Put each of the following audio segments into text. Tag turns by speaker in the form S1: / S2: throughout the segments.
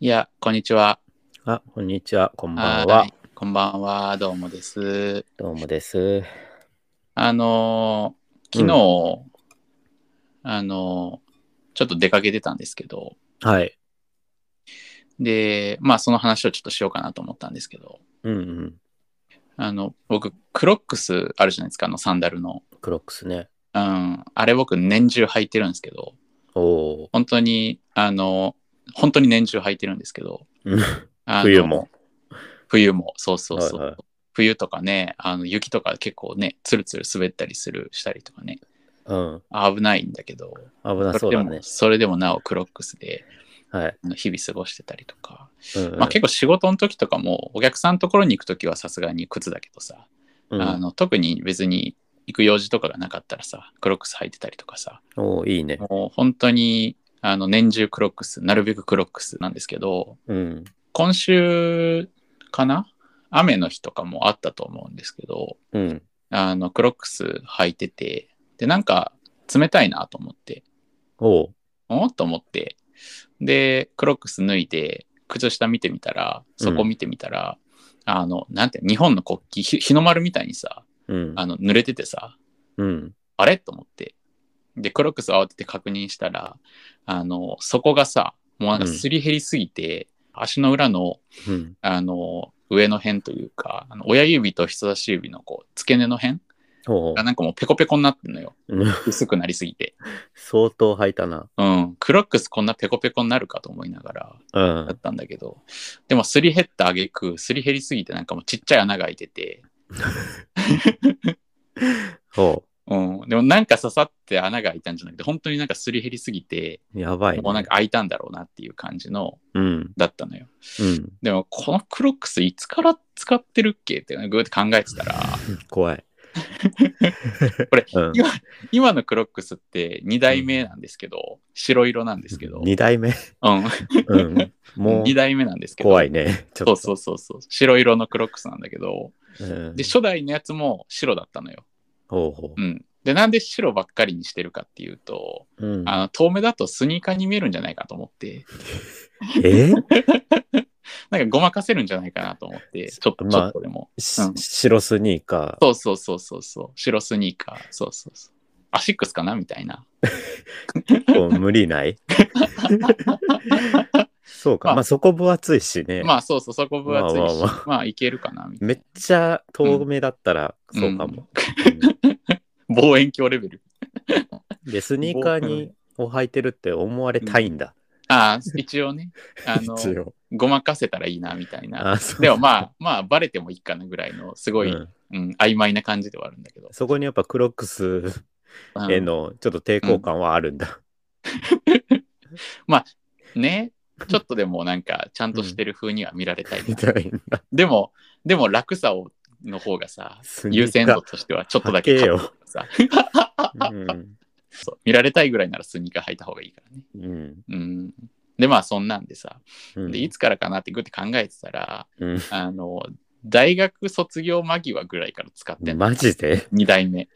S1: いや、こんにちは。
S2: あ、こんにちは、こんばん
S1: は。
S2: はい
S1: こんばんは、どうもです。
S2: どうもです。
S1: あのー昨日、あのーちょっと出かけてたんですけど、
S2: はい。
S1: で、まあその話をちょっとしようかなと思ったんですけど、
S2: うんうん。
S1: あの、僕、クロックスあるじゃないですか、あのサンダルの。
S2: クロックスね。
S1: うん、あれ僕年中履いてるんですけど、
S2: おお。
S1: 本当に、あの、本当に年中履いてるんですけど、
S2: うん
S1: あの
S2: 冬も。
S1: 冬も、そうそうそう。
S2: はいはい
S1: 冬とかね、あの雪とか結構ね、つるつる滑ったりする、したりとかね、
S2: うん。
S1: 危ないんだけど、
S2: 危な
S1: それ
S2: そう
S1: で
S2: だ
S1: も、
S2: ね。
S1: それでもなおクロックスで
S2: はい。
S1: あの日々過ごしてたりとか、
S2: うんうん
S1: まあ結構仕事の時とかも、お客さんのところに行く時はさすがに靴だけどさ、
S2: うん
S1: あの特に別に行く用事とかがなかったらさ、クロックス履いてたりとかさ、
S2: おお、いいね。
S1: もう本当にあの年中クロックス、なるべくクロックスなんですけど、
S2: うん。
S1: 今週かな雨の日とかもあったと思うんですけど、
S2: うん。
S1: あのクロックス履いてて、で、なんか冷たいなと思って、
S2: おお。
S1: おっと思って、で、クロックス脱いで、靴下見てみたら、そこ見てみたら、あの、なんて、日本の国旗ひ、日の丸みたいにさ、
S2: うん。
S1: あの、濡れててさ、
S2: うん。
S1: あれと思って。で、クロックス慌てて確認したら、あの、そこがさ、もうなんかすり減りすぎて、足の裏の、
S2: うん。
S1: あの、上の辺というか、あの親指と人差し指のこう、付け根の辺
S2: おお
S1: が。なんかもうペコペコになってんのよ。
S2: うん
S1: 薄くなりすぎて。
S2: 相当履いたな。
S1: うん。クロックスこんなペコペコになるかと思いながら、
S2: うん
S1: だっ。たんだけど、でもすり減った挙句すり減りすぎてなんかもうちっちゃい穴が開いてて、
S2: お
S1: うん、でもなんか刺さって穴が開いたんじゃなくて、本当になんかすり減りすぎて、
S2: お。やばいね。
S1: もうなんか開いたんだろうなっていう感じの、
S2: うん。
S1: だったのよ。
S2: うん。
S1: でもこのクロックスいつから使ってるっけってグーって考えてたら、
S2: 怖い。
S1: これ
S2: うん、
S1: 今、今のクロックスって2代目なんですけど、白色なんですけど、
S2: 二代目。
S1: うん、
S2: うん。もう
S1: 2、代目なんですけど、
S2: 怖いね。ちょ
S1: そう
S2: っと。
S1: そうそうそう、白色のクロックスなんだけど、
S2: うん
S1: で、初代のやつも白だったのよ。
S2: ほうほ
S1: うん。で、なんで白ばっかりにしてるかっていうと、
S2: う。うん。
S1: あの、遠目だとスニーカーに見えるんじゃないかと思って、
S2: えー
S1: なんかごまかせるんじゃないかなと思 って、ちょっと、
S2: まあ
S1: ちょっとでも。
S2: し
S1: うん
S2: 白スニーカ
S1: そうそうそうそうそう、白スニーカー、そうそうそう。アシックスかなみたいな。
S2: ー、こう無理ないそうか、
S1: まあ
S2: まあそこ分厚いしね。
S1: まあそうそう、そこ分厚いし、まあ
S2: まあまあま
S1: いけるかなみたい
S2: め
S1: な
S2: っ。ちゃ遠目だったらそう かも。
S1: 望遠鏡レベル。
S2: うんで、スニーカーにを履いてるって思われたいんだ。
S1: ああ、一応ね、あの、
S2: 一応。
S1: ごまかせたらいいなみたいな。
S2: あそう
S1: でもまあ、まあ、バレてもいいかなぐらいの、すごい、う
S2: うんん
S1: 曖昧な感じではあるんだけど。
S2: そこにやっぱクロックス
S1: うん
S2: へのちょっと抵抗感はあるんだ。
S1: ねちょっとでもなんかちゃんとしてる風には見られたいな、
S2: みたいな。
S1: でもでも楽さをの方がさ
S2: スニーカー
S1: 優先度としてはちょっとだけ
S2: 履けよ
S1: 勝ってるからさ
S2: うん。
S1: そう見られたいぐらいならスニーカー履いた方がいいからね
S2: うん。
S1: うんでまあそんなんでさ
S2: うん
S1: でいつからかなってグって考えてたら、
S2: うん
S1: あの大学卒業間際ぐらいから使ってんの
S2: マジで
S1: 2代目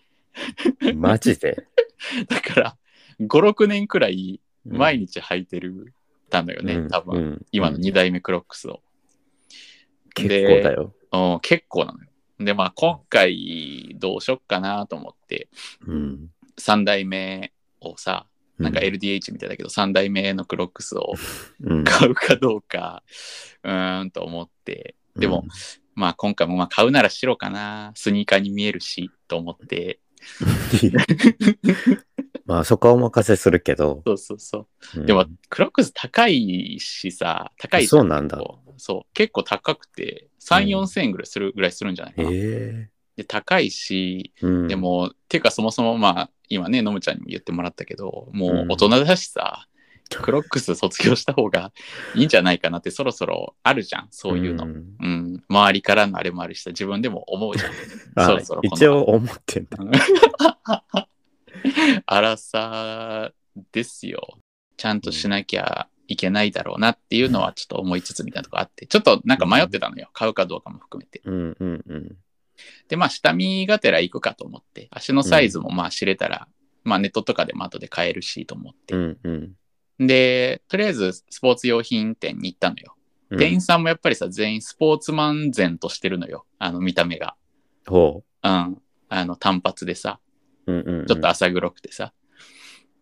S2: マ ジで
S1: だから56年くらい毎
S2: に
S1: 日履いてるたんだよね、多分、今の
S2: 結
S1: 2代目クロックスを、
S2: 構だよ。
S1: うん、結構なのよ。で、まあ、今回どうしよっかなと思って、
S2: うん。
S1: 3代目をさ、なんか
S2: うん
S1: LDH みたいだけど、3代目のクロックスを
S2: うん
S1: 買うかどうか、うーんと思って、でも、まあ、今回もまあ買うなら白かな、スニーカーに見えるし、と思って、
S2: まあそこはお任せするけど。
S1: そうそうそう。
S2: うん
S1: でも、クロックス高いしさ、高いじゃ
S2: そうなんだ
S1: 結構そう、結構高くて、3、
S2: うん
S1: 4千円ぐらいするぐらいするんじゃないかな。
S2: え
S1: で、高いし、
S2: えうん
S1: でも、ていうかそもそもまあ今ねのむちゃんにも言ってもらったけどもう
S2: うん
S1: 大人だしさ、クロックス卒業した方がいいんじゃないかなってそろそろあるじゃんそういうの、うん
S2: ん
S1: 周りからのあれもあるしさ自分でも思うじゃん
S2: あ
S1: そろそろこの
S2: 一応思ってんだ。
S1: あらさですよちゃんとしなきゃいけないだろうなっていうのはちょっと思いつつみたいなとこあってちょっとなんか迷ってたのよ買うかどうかも含めて
S2: うんうんうん。
S1: でまあ下見がてら行くかと思って足のサイズもまあ知れたら、まあネットとかでも後で買えるしと思って
S2: うんうん。
S1: で、とりあえずスポーツ用品店に行ったのよ。
S2: うん
S1: 店員さんもやっぱりさ、全員スポーツマン然としてるのよ。あの見た目が。
S2: ほ
S1: うん。あの単発でさ、
S2: う。うんうんうん。
S1: ちょっと浅黒くてさ。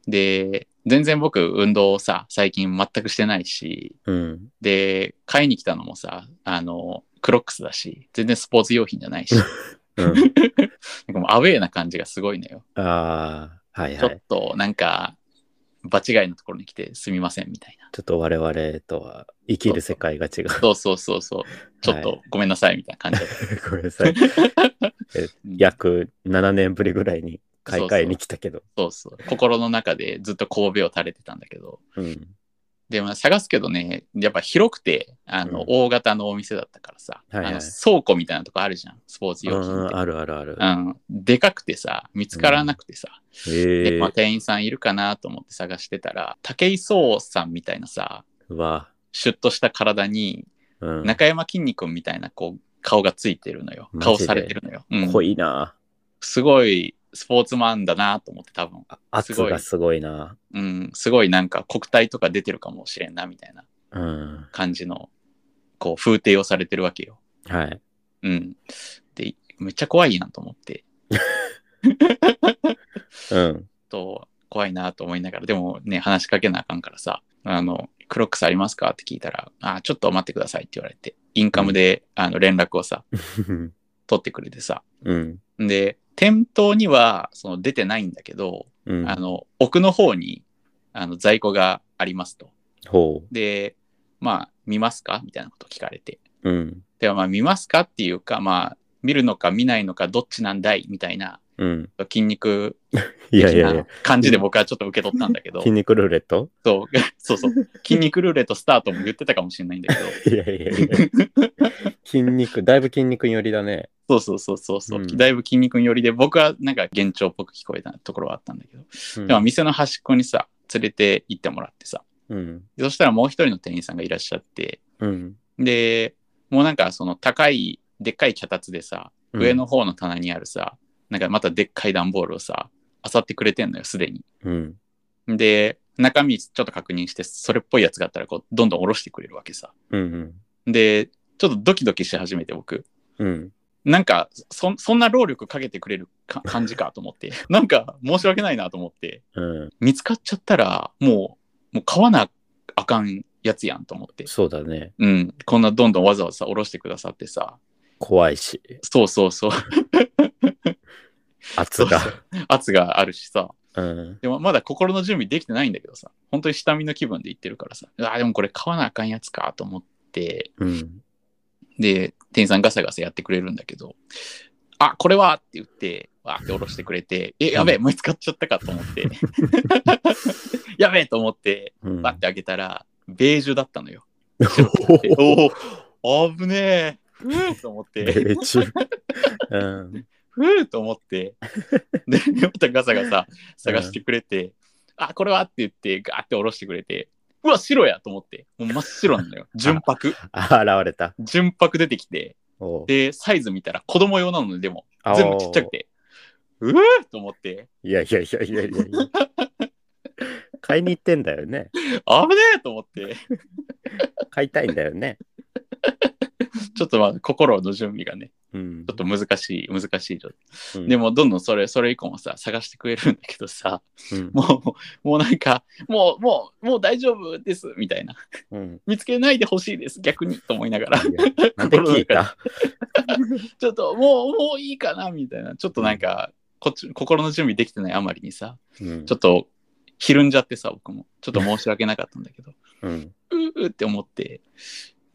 S1: で、全然僕運動をさ、最近全くしてないし、
S2: うん。
S1: で、買いに来たのもさ、あの、クロックスだし、全然スポーツ用品じゃ ないし、
S2: うん。
S1: なんかもうアウェーな感じがすごいのよ。
S2: ああ、はい
S1: ちょ
S2: は
S1: っ
S2: い。
S1: となんか、場違いのところに来てすみませんみたいな。
S2: ちょっと我々とは生きる世界が違う。
S1: そうそうそうそう。ちょっとごめんなさいみたいな感じだった。
S2: ごめんな さい。
S1: うん
S2: 約7年ぶりぐらいに買い替えに来たけど。
S1: そうそう。心の中でずっと神戸を垂れてたんだけど。
S2: うん。
S1: で、まあ、探すけどね、やっぱ広くて、あの、
S2: うん
S1: 大型のお店だったからさ、
S2: はいはい
S1: あの倉庫みたいなとこあるじゃん、スポーツ
S2: う
S1: 用品って
S2: ん、。あるあるある。
S1: うん、でかくてさ、見つからなくてさ、
S2: え
S1: で、
S2: え
S1: まあ、店員さんいるかなと思って探してたら、武井壮さんみたいなさ、
S2: うわ。
S1: シュッとした体に、
S2: うん。
S1: 中山きんに君みたいな、こう、顔がついてるのよ。
S2: マジで
S1: 顔されてるのよ。うん
S2: 濃いな。
S1: すごい、スポーツマンだなと思って、多分。
S2: あ圧
S1: すごい
S2: がすごいな。
S1: うん、すごいなんか国体とか出てるかもしれんな、みたいな
S2: うん。
S1: 感じの、こう、風景をされてるわけよ。
S2: はい。
S1: うん。で、めっちゃ怖いやんと思って、
S2: うん。
S1: と、怖いなと思いながら、でもね、話しかけなあかんからさ、あの、クロックスありますかって聞いたら、あ、ちょっと待ってくださいって言われて、インカムで、あの、連絡をさ、取ってくれてさ。
S2: うん。
S1: で、店頭には、その、出てないんだけど、
S2: うん。
S1: あの、奥の方に、あの、在庫がありますと。
S2: ほ
S1: で、まあ、見ますかみたいなこと聞かれて。
S2: う。うん。
S1: では、まあ、見ますかっていうか、まあ、見るのか見ないのかどっちなんだいみたいな、
S2: うん。
S1: 筋肉
S2: い
S1: 的
S2: やいやいや
S1: な。感じで僕はちょっと受け取ったんだけど
S2: 筋、肉ルーレット
S1: そう そうそう、筋肉ルーレットスタートも言ってたかもしれないんだけど、
S2: いやいやいや。筋肉、だいぶ筋肉寄りだね。
S1: そうそうそうそうそう、
S2: うん
S1: だいぶ筋肉寄りで、僕はなんか幻聴っぽく聞こえたところはあったんだけど、
S2: うん
S1: でも店の端っこにさ、連れて行ってもらってさ、
S2: うん。
S1: でそしたらもう一人の店員さんがいらっしゃって、
S2: うん。
S1: で、もうなんかその高い、でっかい脚立でさ、
S2: うん
S1: 上の方の棚にあるさ、なんかまたでっかい段ボールをさ、漁ってくれてんのよ、すでに。
S2: うん。
S1: で、中身ちょっと確認して、それっぽいやつがあったら、こう、どんどん下ろしてくれるわけさ。
S2: うん。
S1: で、ちょっとドキドキし始めて、僕。
S2: うん。
S1: なんか、そ、そんな労力かけてくれるか感じかと思って。 なんか、申し訳ないなと思って。
S2: うん。
S1: 見つかっちゃったら、もう、もう買わなあかんやつやんと思って。
S2: そうだね。
S1: うん。こんなどんどんわざわざ下ろしてくださってさ。
S2: 怖いし、
S1: そうそうそう。
S2: 圧が。
S1: そうそう圧があるしさ。
S2: うん。
S1: でもまだ心の準備できてないんだけどさ。本当に下見の気分で行ってるからさ。ああ、でもこれ買わなあかんやつかと思って。
S2: うん。
S1: で、店員さんガサガサやってくれるんだけど。あ、これはって言って、わーって下ろしてくれて、え、やべえ、もう使っちゃったかと思って。 やべえと思って、
S2: うん
S1: バッて開けたら、ベージュだったのよ。で
S2: おお
S1: おお、危ねえ。ふうと思って。
S2: 米中。うん。
S1: ふーと思って、で、またガサガサ探してくれて、あ、これはって言って、ガーって下ろしてくれて、うわ、白やと思って、もう真っ白なのよ。純白。
S2: あ、現れた。
S1: 純白出てきて、
S2: おう
S1: で、サイズ見たら子供用なのね、でも、全部ちっちゃく。て、うーと思って、
S2: いやいやいやいやいやいや。買いに行ってんだよね。
S1: 危ねえと思って、
S2: 買いたいんだよね。
S1: ちょっとまあ、心の準備がね、
S2: うん
S1: ちょっと難しい、難しい状態。
S2: うん
S1: でも、どんどんそれ、それ以降もさ、探してくれるんだけどさ、
S2: うん
S1: もう、もうなんか、もう、もう、もう大丈夫です、みたいな。
S2: うん。
S1: 見つけないでほしいです、逆に、と思いながら。
S2: いやなんで聞いた
S1: ちょっともう、もういいかなみたいな。ちょっとなんか、こっち、心の準備できてないあまりにさ、
S2: う ん
S1: ちょっと、ひるんじゃってさ、僕も。ちょっと申し訳なかったんだけど、
S2: うん。
S1: うーって思って。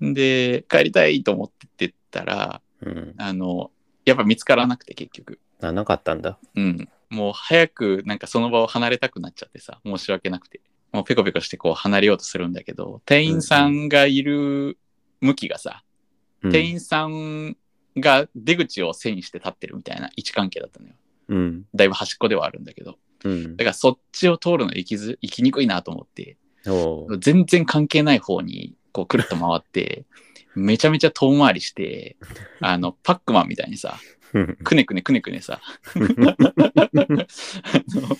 S1: で、帰りたいと思ってってったら、
S2: うん。
S1: あの、やっぱ見つからなくて結局。
S2: あ、なかったんだ。
S1: うん。もう早く、なんかその場を離れたくなっちゃってさ、申し訳なくて。もうペコペコしてこう離れようとするんだけど、店員さんがいる向きがさ、
S2: うん
S1: 店員さんが出口を背にして立ってるみたいな位置関係だったのよ。
S2: うん。
S1: だいぶ端っこではあるんだけど。
S2: うん
S1: だ。からそっちを通るの行きず行きにくいなと思って、
S2: おう
S1: 全然関係ない方にこうくるっと回って、 めちゃめちゃ遠回りして、あの、パックマンみたいにさ、くねくねくねく ねさ、あの、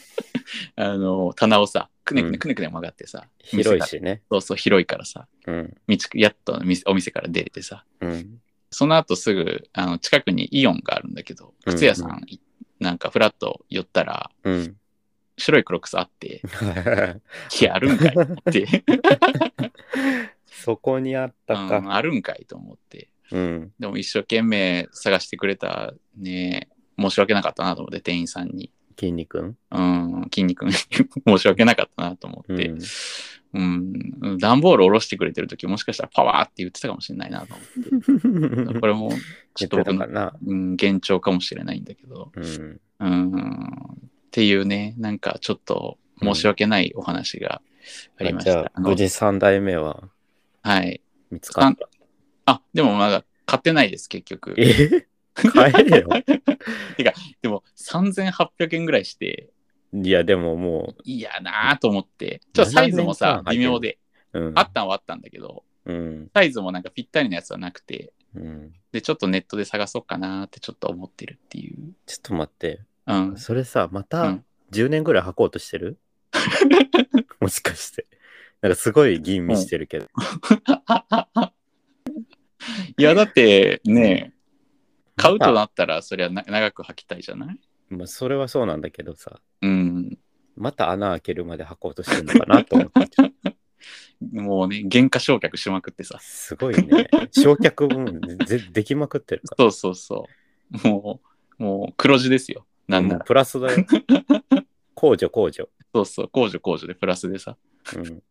S1: あの棚をさ、くねくねくねくね曲がってさ、
S2: 広い
S1: 店か
S2: しね。
S1: ら。そうそう、広いからさ、
S2: うん。
S1: 道、やっと店お店から出れてさ、
S2: うん。
S1: その後すぐ、あの、近くにイオンがあるんだけど、靴屋さ
S2: うん
S1: ん、なんかフラッと寄ったら、
S2: うん。
S1: 白いクロックスあって、いや、あるんかいって、
S2: そこにあった
S1: う
S2: か。
S1: んあるんかいと思って。
S2: うん。
S1: でも一生懸命探してくれたね、申し訳なかったなと思って、店員さんに。
S2: 筋肉ん
S1: うん、筋肉に 申し訳なかったなと思って。うん、段ボール下ろしてくれてる時もしかしたらパワーって言ってたかもしれないなと思 って。これも、ちょ
S2: 言
S1: っと
S2: って
S1: 僕
S2: た
S1: の
S2: か、な。
S1: うん、幻聴かもしれないんだけど。
S2: うん。
S1: うん、っていうね、なんかちょっと申し訳ないお話がありまし
S2: じ
S1: た。
S2: ゃあ、
S1: あの
S2: 無事3代目は
S1: はい。
S2: 見つかった。
S1: あ、でもまだ買ってないです、結局。
S2: え 帰 れよ。
S1: でも3800円ぐらいして、
S2: いや、でもも
S1: いやなぁと思って、ちょっとサイズもさ
S2: 7年、間
S1: 微妙で、
S2: う、うん。
S1: あったんはあったんだけど、
S2: うん。
S1: サイズもなんかぴったりのやつはなくて、
S2: うん。
S1: で、ちょっとネットで探そうかなーってちょっと思ってるっていう。
S2: ちょっと待って。
S1: うん。
S2: それさ、ま
S1: う
S2: た
S1: ん
S2: 10年ぐらい履こうとして るもしかして。なんかすごい吟味してるけど。
S1: いや、だってね、買うとなったら、そりゃな長く履きたいじゃない
S2: まあ、それはそうなんだけどさ。
S1: うん。
S2: また穴開けるまで履こうとしてるのかなと思って。
S1: もうね、原価償却しまくってさ。
S2: すごいね。焼却分ぜできまくってるか
S1: そうそうそう。もう、もう黒字ですよ。な
S2: ら。
S1: ん
S2: も
S1: な
S2: う
S1: ら。
S2: プラ スだよ。控除控除。
S1: そうそう、控除控除でプラスでさ。
S2: うん。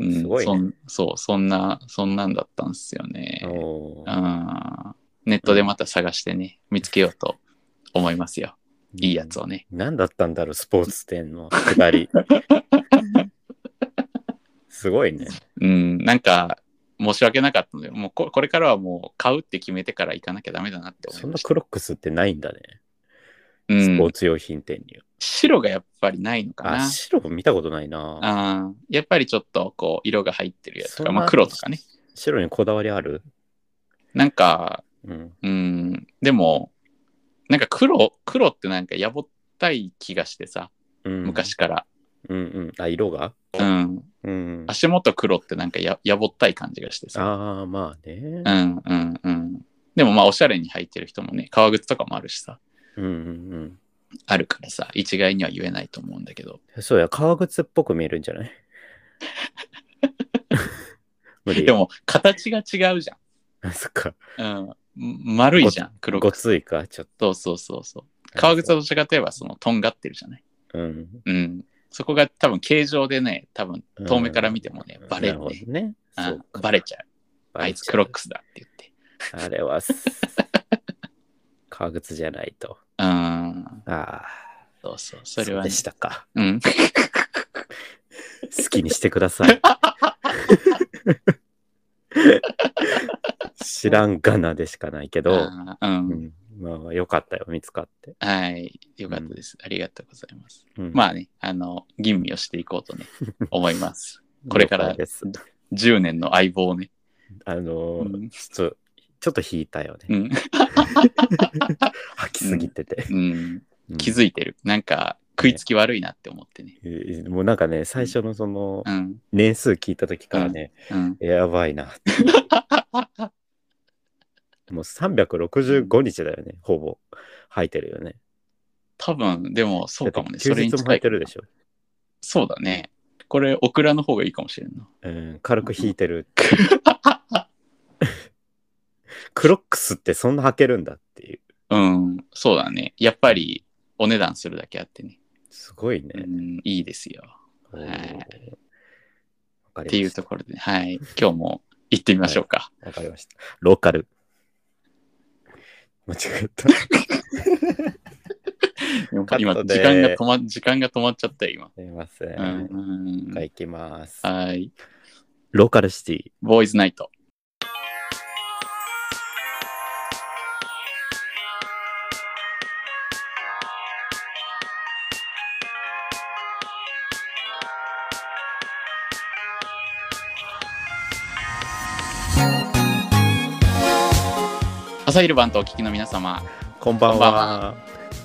S1: うん、
S2: すごいね
S1: そんそう、そんな、そんなんだったんですよね。
S2: おー
S1: うんネットでまた探してね、見つけようと思いますよ。いいやつをね。
S2: 何だったんだろう、スポーツ店のくだ り。すごいね。
S1: うん、なんか、申し訳なかったので、もうここれからはもう買うって決めてから行かなきゃダメだなって思
S2: そ
S1: い
S2: ん
S1: ま
S2: な
S1: した。
S2: クロックスってないんだね。
S1: う
S2: スポー
S1: ん、
S2: ツ用品店に。
S1: 白がやっぱりないのか
S2: あ、
S1: な。
S2: 白見たことないな。
S1: あーやっぱりちょっとこう色が入ってるやつと
S2: そ
S1: か、
S2: んな
S1: まあ、黒とかね。
S2: 白にこだわりある
S1: なんか、
S2: うん。
S1: うん、でも、なんか黒、黒ってなんかやぼったい気がしてさ、
S2: うん、
S1: 昔。から。
S2: うんうん。あ、色が
S1: うん、
S2: うん。
S1: 足元黒ってなんかややぼったい感じがしてさ。
S2: ああ、まあね
S1: う。んうんうん。でもまあおしゃれに履いてる人もね、革靴とかもあるしさ、
S2: うんうん
S1: あるからさ、一概には言えないと思うんだけど。
S2: うん。そうや、革靴っぽく見えるんじ ゃない無理。
S1: でも形が違うじ
S2: あ、 そっか。
S1: ゃん。うん。丸いじゃん、黒
S2: ご
S1: 靴。
S2: ついか、ちょっ
S1: そうそうそうそう。革靴と違って言えばそのとんがってるじゃない。
S2: と。うん。
S1: うん。そこが多分形状でね、多分遠目から見てもね、バレ
S2: な
S1: る
S2: ほ
S1: ね。
S2: どね。
S1: あ
S2: そうか
S1: バレちゃう。
S2: バ
S1: あ
S2: レ
S1: い
S2: ち
S1: つ
S2: ゃう
S1: クロックスだって言って。
S2: あれ はす、革靴じゃないと。
S1: うん。
S2: ああ、
S1: そうそう。それは
S2: うで
S1: ね。
S2: したか。
S1: うん。
S2: 好きにしてくだ さい。知らんがなでしかないけど、
S1: あーう。
S2: うんん、まあよかったよ、見つかって。
S1: はい。よかったです。ありがとうございます。
S2: うん
S1: まあね、あの、吟味をしていこうと ね、思います。これから
S2: 了解です。
S1: 10年の相棒をね。
S2: あのー
S1: うん
S2: ちょっと、ちょっと引いたよ
S1: う
S2: ね。
S1: ん。
S2: 吐きすぎてて。
S1: うん、
S2: うん
S1: 気づいてる。なんか、食いつき悪いなって思ってね。
S2: えーもうなんかね、最初のその
S1: う、ん。
S2: 年数聞いた時からね、
S1: うん。
S2: やば いなって。もう365日だよね、ほぼ。吐いてるよね。
S1: 多分、でも、そうかも
S2: だ
S1: ね。
S2: って休
S1: それに
S2: 日も
S1: 近
S2: 履
S1: い
S2: いてるでしょ。
S1: そうだね。これ、オクラの方がいいかもしれんな。
S2: うん、軽く引いてる。 クロックスってそんな履けるんだっていう。
S1: うん。そうだね。やっぱり、お値段するだけあってね。
S2: すごいうね。
S1: ん、いいですよ。
S2: おー
S1: はい
S2: わかりました。
S1: っていうところで、はい。今日も行ってみましょうか。
S2: わかりました。ローカル。間違えた。かった
S1: 今、
S2: で
S1: 時間が止ま、時間が止まっちゃったよ、今。
S2: すいません。
S1: う
S2: もうん一回行きます。
S1: はい。
S2: ローカルシティ。
S1: ボーイズナイト。朝昼晩とお聞きの皆様、
S2: こんばん
S1: こんばん
S2: は。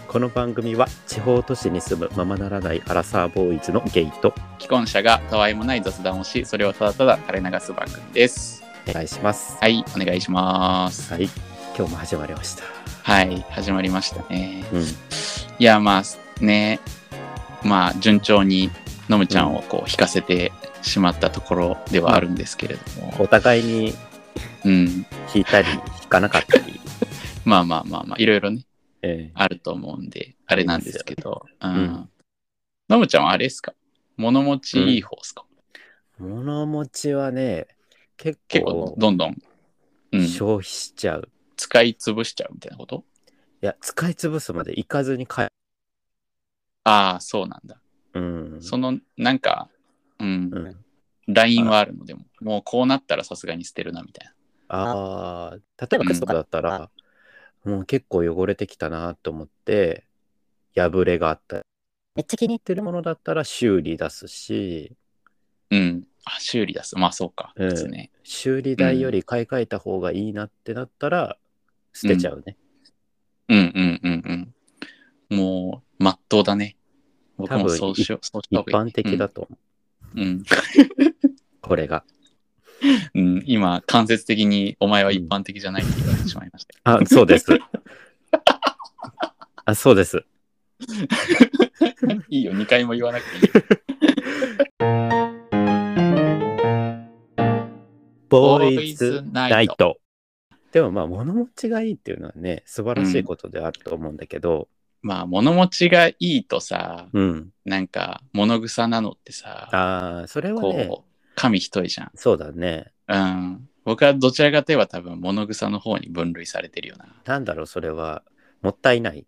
S2: この番組は地方都市に住むままならないアラサーボーイズのゲイと
S1: 既婚者がたわいもない雑談をし、それをただただ垂れ流す番組です。
S2: お願いします。
S1: はい、お願いします。
S2: はい、今日も始まりました。
S1: はい、始まりましたね。
S2: うん、
S1: いや、まあね、まあ順調にのむちゃんをこう引かせてしまったところではあるんですけれども、
S2: お互いに
S1: うん、
S2: 弾いたり弾かなかったり、
S1: まあまあまあまあ、いろいろね、
S2: え
S1: あると思うんで、あれなんですけど、うん
S2: うん
S1: のむちゃんはあれですか物持ちいい方ですか、
S2: ー物持ちはね、結
S1: 結構
S2: 構
S1: どんどん、うん、
S2: 消費しちゃう。
S1: 使い潰しちゃうみたいなこと
S2: いや、使い潰すまで行かずに帰る。
S1: ああ、そうなんだ。
S2: うん。
S1: その、なんか、うん、
S2: うん
S1: ラインはあるのでも、もうこうなったらさすがに捨てるなみたいな。
S2: ああ、例えば靴とかだったら、もう結構汚れてきたなと思って、破れがあったり、
S3: めっちゃ気に入っ
S2: 着てるものだったら修理出すし、
S1: うん。あ、修理出す。まあそうか。
S2: うん
S1: ですね。
S2: 修理代より買い替えた方がいいなってなったら、捨てちゃうね。
S1: うんうんうんうん。もう、まっとうだね。僕もそうしよう。そうし
S2: 一
S1: た方がいい
S2: 般的だと思う、
S1: うん、
S2: これが。
S1: うんうん今、間接的にお前は一般的じゃないって言われてしまいました。
S2: あ、そうです。あ、そうです。
S1: いいよ、2回も言わなくていい。
S2: ボーイズナ
S1: ナ
S2: イ。ト。でもまあ物持ちがいいっていうのはね素晴らしいことであると思うんだけど、
S1: まあ、物持ちがいいとさ、
S2: うん、
S1: なんか、物草なのってさ、
S2: ああそれはね
S1: こう、紙一重じゃん。
S2: そうだね
S1: うん。僕はどちらかといえば多分物草の方に分類されてるよな。
S2: なんだろうそれはもったいない、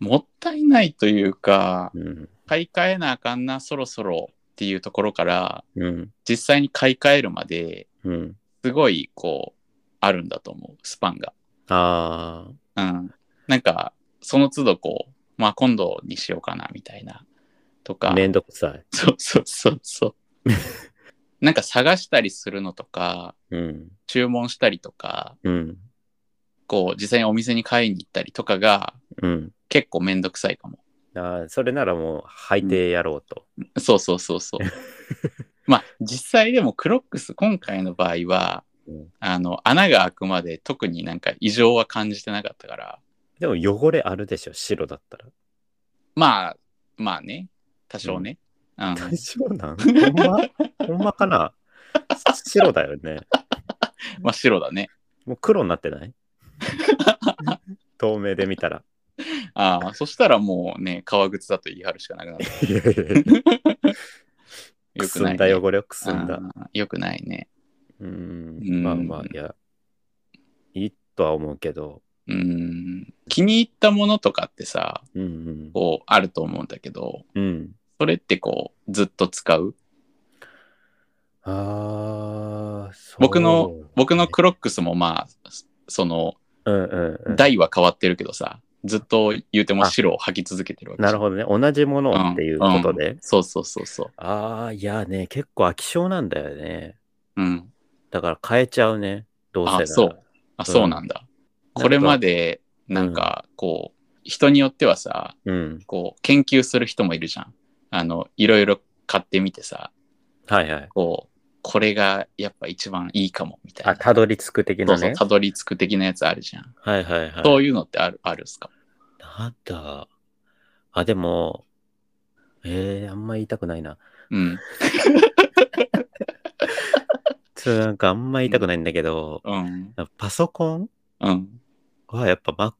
S1: もったいないというか、
S2: うん
S1: 買い替えなあかんな、そろそろっていうところから、
S2: うん
S1: 実際に買い替えるまで、
S2: うん、
S1: すごい、こう、あるんだと思う、スパンが。
S2: ああ
S1: うん。なんか、その都度こう、まあ今度にしようかな、みたいな。とか、
S2: めんどくさい、
S1: そうそうそうそう。 なんか探したりするのとか、
S2: うん
S1: 注文したりとか、
S2: うん
S1: こう、実際にお店に買いに行ったりとかが、
S2: うん、
S1: 結構めんどくさいかも。
S2: あーそれならもう履いてやろうと、
S1: そうそうそう そう。まあ実際でもクロックス今回の場合は、
S2: うん
S1: あの穴が開くまで特になんか異常は感じてなかったから
S2: でも汚れあるでしょ白だったら
S1: まあまあね多少ね、うん
S2: 大丈夫なんほんまほんまかな白だよね
S1: まあ白だね
S2: もう黒になって ない透明で見たら
S1: ああそしたらもうね革靴だと言い張るしかなくなる
S2: いやいやいやく
S1: よく
S2: す
S1: ない、ね、
S2: んだ汚れをくすんだ。
S1: ああよくないね
S2: うん
S1: うん
S2: まあまあ、いや、いいとは思うけど、
S1: うん気に入ったものとかってさ
S2: うん
S1: こうあると思うんだけど
S2: うん。うん、
S1: それってこうずっと使う
S2: ああ、そう
S1: 僕の僕のクロックスもまあその
S2: うんうんうん、
S1: 台は変わってるけどさ、ずっと言うても白を履き続けてるわけ
S2: なる
S1: ど。
S2: ほどね。同じものをっていうことで。
S1: そうそうそうそう。
S2: ああ、いやね、結構飽き性なんだよね。
S1: うん。
S2: だから変えちゃうね。どうせなら
S1: あそう。あ、そうなんだ。これまで、なんかこう、人によってはさ、
S2: うん。
S1: こう、研究する人もいるじゃん。あの、いろいろ買ってみてさ、
S2: はいはい。
S1: こう、これがやっぱ一番いいかも、みたい
S2: あ、
S1: な。
S2: たどり着く的
S1: そ
S2: な
S1: うそう
S2: ね。
S1: たどり着く的なやつあるじゃん。
S2: はいはいはい。
S1: そういうのってある、あるっすか
S2: なんだ。あ、でも、ええー、あんま言いたくないな。
S1: うん。
S2: ちょっとなんかあんま言いたくないんだけど、
S1: うん。
S2: パソコン
S1: うん。
S2: はやっぱ Mac、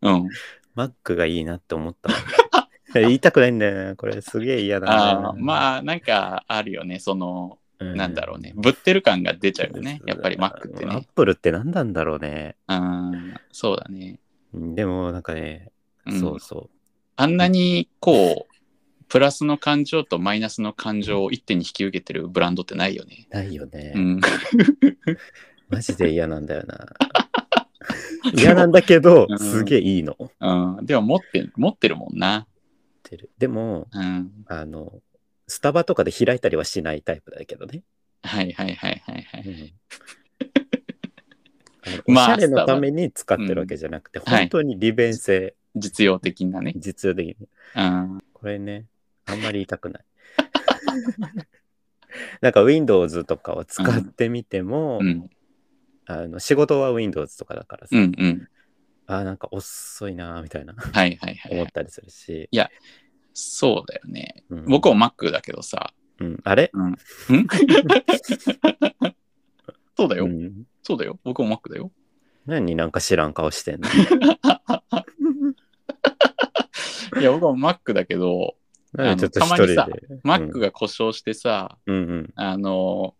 S1: うん。
S2: Mac がいいなって思った わ。言いたくないんだよな。これすげえ嫌だ
S1: あ
S2: な
S1: あ、。まあ、なんかあるよね。その、
S2: あ、
S1: なんだろうね。ぶってる感が出ちゃうよね。やっぱり Mac ってね。
S2: Apple って何なんだろうね。
S1: うん、そうだね。
S2: うんでもなんかね、
S1: うん
S2: そうそ
S1: あんなにこう、プラスの感情とマイナスの感情を一手に引き受けてるブランドってないよね。
S2: う。ないよね。
S1: うん。
S2: マジで嫌なんだよな。嫌なんだけど
S1: うん、
S2: すげえいいの。持っ
S1: うん、でも持って、持ってるもんな。
S2: てる。でも、
S1: うん。
S2: あの、スタバとかで開いたりはしないタイプだけどね。
S1: はいはいはいはいは
S2: う
S1: い。
S2: んおし
S1: まあ
S2: ゃれのために使ってるわけじゃなくて、
S1: んはい
S2: 本当に利便性、
S1: 実用的なね。
S2: 実用的に。
S1: うん。
S2: これね、あんまり言いたくない。 なんか Windows とかを使ってみても、
S1: うん。
S2: あの仕事は Windows とかだからさ、
S1: うんうん。
S2: あーなんか遅いなーみたいな
S1: はいはいはい
S2: 思
S1: は
S2: っ
S1: い。
S2: たりするし、
S1: そうだよね。
S2: うん
S1: 僕、も Mac だけどさ。
S2: うん、あれ、
S1: うん。んそうだよ
S2: う。ん
S1: そうだよ。僕も Mac だよ。
S2: 何なんか知らん顔して んの
S1: いや、僕も Mac だけど、
S2: なんでちょっと一人で。
S1: たま
S2: うん
S1: Mac が故障してさ、
S2: うんうん
S1: あの、